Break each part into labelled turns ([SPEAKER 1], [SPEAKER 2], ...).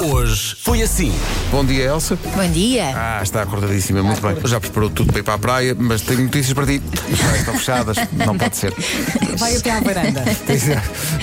[SPEAKER 1] hoje foi assim. Bom dia, Elsa.
[SPEAKER 2] Bom dia.
[SPEAKER 1] Ah, está acordadíssima, muito bem. Já preparou tudo para ir para a praia, mas tenho notícias para ti. Já estão fechadas, não pode ser.
[SPEAKER 3] Vai até à varanda.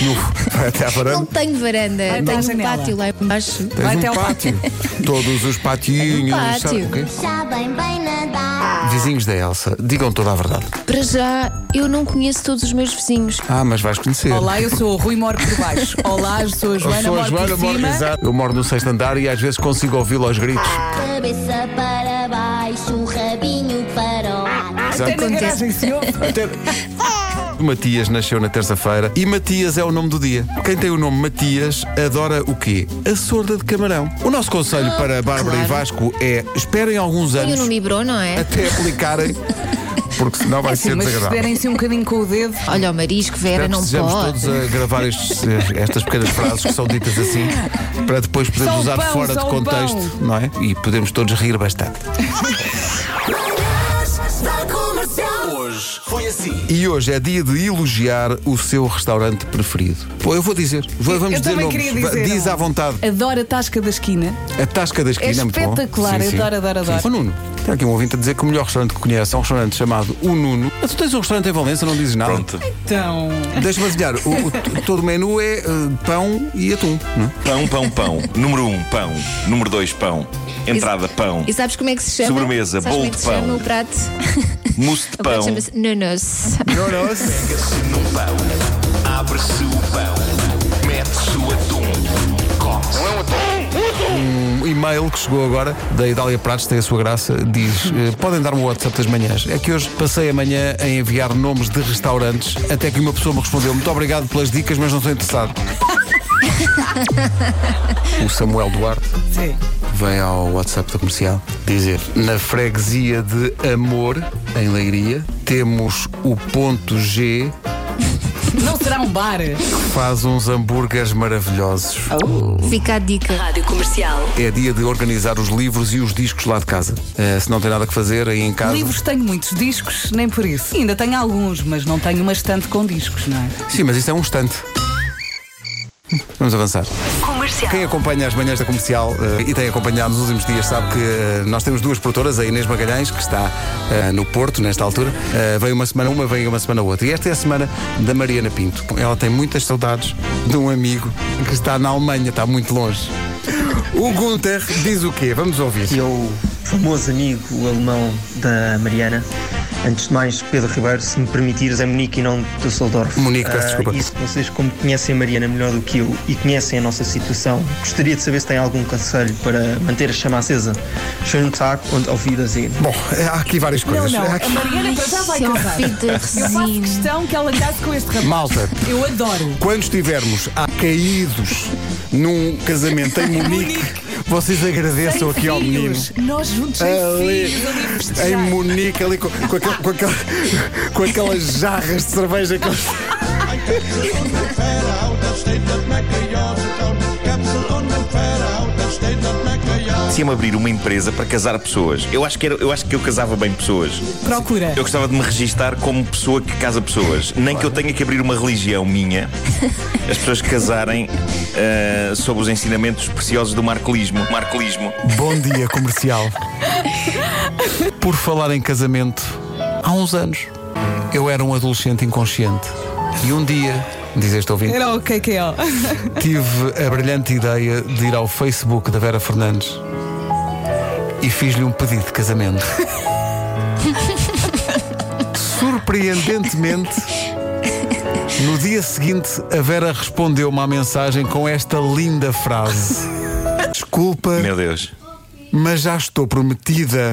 [SPEAKER 1] No- Vai até à
[SPEAKER 2] Não
[SPEAKER 1] varanda.
[SPEAKER 2] tenho varanda,
[SPEAKER 3] Vai para a
[SPEAKER 2] tenho um
[SPEAKER 3] janela.
[SPEAKER 2] pátio lá embaixo.
[SPEAKER 1] Tens
[SPEAKER 3] Vai até
[SPEAKER 1] um
[SPEAKER 3] ao
[SPEAKER 1] pátio. Todos os patinhos.
[SPEAKER 2] Tem um
[SPEAKER 1] sabe
[SPEAKER 2] pátio.
[SPEAKER 1] o quê?
[SPEAKER 4] Sabem bem nadar.
[SPEAKER 1] Vizinhos da Elsa, digam toda a verdade.
[SPEAKER 2] Para já, eu não conheço todos os meus vizinhos.
[SPEAKER 1] Ah, mas vais conhecer.
[SPEAKER 3] Olá, eu sou o Rui Moro por baixo. Olá, eu sou a
[SPEAKER 1] Eu
[SPEAKER 3] Joana
[SPEAKER 1] sou a
[SPEAKER 3] Moro por
[SPEAKER 1] Joana, moro-
[SPEAKER 3] cima.
[SPEAKER 1] Exato. Eu moro no sexto andar e às vezes consigo ouvi-lo aos gritos.
[SPEAKER 4] Cabeça para baixo, o rabinho para o ar.
[SPEAKER 3] Até na
[SPEAKER 2] Acontece.
[SPEAKER 3] garagem se ouve.
[SPEAKER 1] Até- O Matias nasceu na terça-feira e Matias é o nome do dia. Quem tem o nome Matias adora o quê? A sorda de camarão. O nosso conselho para Bárbara e
[SPEAKER 2] claro.
[SPEAKER 1] Vasco é esperem alguns
[SPEAKER 2] Tenho o
[SPEAKER 1] anos
[SPEAKER 2] nome Ibro, não é?
[SPEAKER 1] até aplicarem, porque senão vai
[SPEAKER 3] Sim,
[SPEAKER 1] ser
[SPEAKER 3] assim, mas se
[SPEAKER 1] é desagradável.
[SPEAKER 3] derem-se um bocadinho com o dedo.
[SPEAKER 2] Olha, o marisco, Vera,
[SPEAKER 1] Espero que
[SPEAKER 2] não
[SPEAKER 1] Sejamos todos
[SPEAKER 2] pode.
[SPEAKER 1] a gravar estes, eh, estas pequenas frases que são ditas assim para depois podermos
[SPEAKER 3] Só o
[SPEAKER 1] usar
[SPEAKER 3] pão,
[SPEAKER 1] fora de
[SPEAKER 3] só o pão.
[SPEAKER 1] contexto, não é? E podemos todos rir bastante. E hoje é dia de elogiar o seu restaurante preferido. Pô, eu vou dizer. Vou, vamos
[SPEAKER 3] Eu
[SPEAKER 1] dizer
[SPEAKER 3] também
[SPEAKER 1] nomes.
[SPEAKER 3] queria
[SPEAKER 1] Va-
[SPEAKER 3] dizer,
[SPEAKER 1] Diz
[SPEAKER 3] não.
[SPEAKER 1] à vontade.
[SPEAKER 3] Adoro a tasca da esquina.
[SPEAKER 1] A Tasca da Esquina
[SPEAKER 3] É
[SPEAKER 1] é muito bom.
[SPEAKER 3] espetacular, adoro, adoro, adoro.
[SPEAKER 1] Sim. Ô, Nuno, tem aqui um ouvinte a dizer que o melhor restaurante que conhece é um restaurante chamado O Nuno. Mas tu tens um restaurante em Valença, não dizes nada.
[SPEAKER 5] Pronto,
[SPEAKER 3] Então.
[SPEAKER 1] Deixa-me adivinhar, o, o, t- todo o menu é eh, pão e atum, não é?
[SPEAKER 5] pão, pão, pão. Número um, pão. Número dois, pão. Entrada, pão.
[SPEAKER 2] E sabes como é que se chama?
[SPEAKER 5] Sobremesa,
[SPEAKER 2] sabes
[SPEAKER 5] bolo
[SPEAKER 2] como é que
[SPEAKER 5] de
[SPEAKER 2] se chama
[SPEAKER 5] pão.
[SPEAKER 2] o prato?
[SPEAKER 5] Mousse de
[SPEAKER 2] O prato
[SPEAKER 5] pão.
[SPEAKER 2] chama-se Nunos.
[SPEAKER 5] Pega-se num pão, abre-se o pão, mete-se o atum, come-se.
[SPEAKER 1] Um e-mail que chegou agora da Idália Pratos, tem a sua graça, diz: eh, podem dar-me o WhatsApp das manhãs. É que hoje passei a manhã a enviar nomes de restaurantes, até que uma pessoa me respondeu: muito obrigado pelas dicas, mas não estou interessado. o Samuel Duarte.
[SPEAKER 3] Sim.
[SPEAKER 1] vem ao WhatsApp da comercial dizer: Na freguesia de Amor, em Leiria, temos o ponto G
[SPEAKER 3] Não será um bar.
[SPEAKER 1] que faz uns hambúrgueres maravilhosos.
[SPEAKER 2] Fica a dica.
[SPEAKER 6] Rádio Comercial.
[SPEAKER 1] É dia de organizar os livros e os discos lá de casa. Eh, se não tem nada que fazer aí em casa.
[SPEAKER 3] Livros tenho muitos, discos nem por isso. Ainda tenho alguns, mas não tenho uma estante com discos, não é?
[SPEAKER 1] Sim, mas isso é um estante. Vamos avançar.
[SPEAKER 6] Comercial.
[SPEAKER 1] Quem acompanha as manhãs da comercial eh, e tem acompanhado nos últimos dias sabe que eh, nós temos duas produtoras, a Inês Magalhães, que está eh, no Porto, nesta altura. Eh, vem uma semana uma, vem uma semana outra. E esta é a semana da Mariana Pinto. Ela tem muitas saudades de um amigo que está na Alemanha, está muito longe. O Gunther diz o quê? Vamos ouvir.
[SPEAKER 7] que é o famoso amigo alemão da Mariana. Antes de mais, Pedro Ribeiro, se me permitires, é Munique e não Düsseldorf.
[SPEAKER 1] Munique, peço
[SPEAKER 7] Ah,
[SPEAKER 1] desculpa.
[SPEAKER 7] Isso, vocês, como conhecem a Mariana melhor do que eu e conhecem a nossa situação, gostaria de saber se tem algum conselho para manter a chama acesa. Schönen Tag und auf Wiedersehen.
[SPEAKER 1] Bom, eh, há aqui várias
[SPEAKER 3] Não,
[SPEAKER 1] coisas.
[SPEAKER 3] não. é
[SPEAKER 1] Há
[SPEAKER 3] A
[SPEAKER 1] aqui-
[SPEAKER 3] Mariana para já vai
[SPEAKER 2] Seu
[SPEAKER 3] casar.
[SPEAKER 2] filho de
[SPEAKER 3] Eu faço
[SPEAKER 2] resino.
[SPEAKER 3] questão que ela case com este rapaz.
[SPEAKER 1] Malta,
[SPEAKER 3] Eu adoro.
[SPEAKER 1] quando estivermos a caídos num casamento em Munique, vocês agradeçam
[SPEAKER 3] Sem
[SPEAKER 1] aqui ao menino.
[SPEAKER 3] filhos. Nós juntos sem
[SPEAKER 1] Ali.
[SPEAKER 3] filhos, ali a
[SPEAKER 1] Em
[SPEAKER 3] festejar.
[SPEAKER 1] Munique, ali com, com, aquel- com aquel- com aquelas jarras de cerveja que eles.
[SPEAKER 5] Se me abrir uma empresa para casar pessoas, eu acho que, era- eu, acho que eu casava bem pessoas.
[SPEAKER 3] Procura.
[SPEAKER 5] Eu gostava de me registar como pessoa que casa pessoas. Nem que eu tenha que abrir uma religião minha, as pessoas casarem ah, sob os ensinamentos preciosos do marcolismo. Marcolismo.
[SPEAKER 1] Bom dia, comercial. Por falar em casamento, há uns anos eu era um adolescente inconsciente e um dia, diz este ouvinte,
[SPEAKER 3] Era o KKL.
[SPEAKER 1] tive a brilhante ideia de ir ao Facebook da Vera Fernandes e fiz-lhe um pedido de casamento. Surpreendentemente, no dia seguinte, a Vera respondeu-me à mensagem com esta linda frase: Desculpa,
[SPEAKER 5] Meu Deus.
[SPEAKER 1] mas já estou prometida.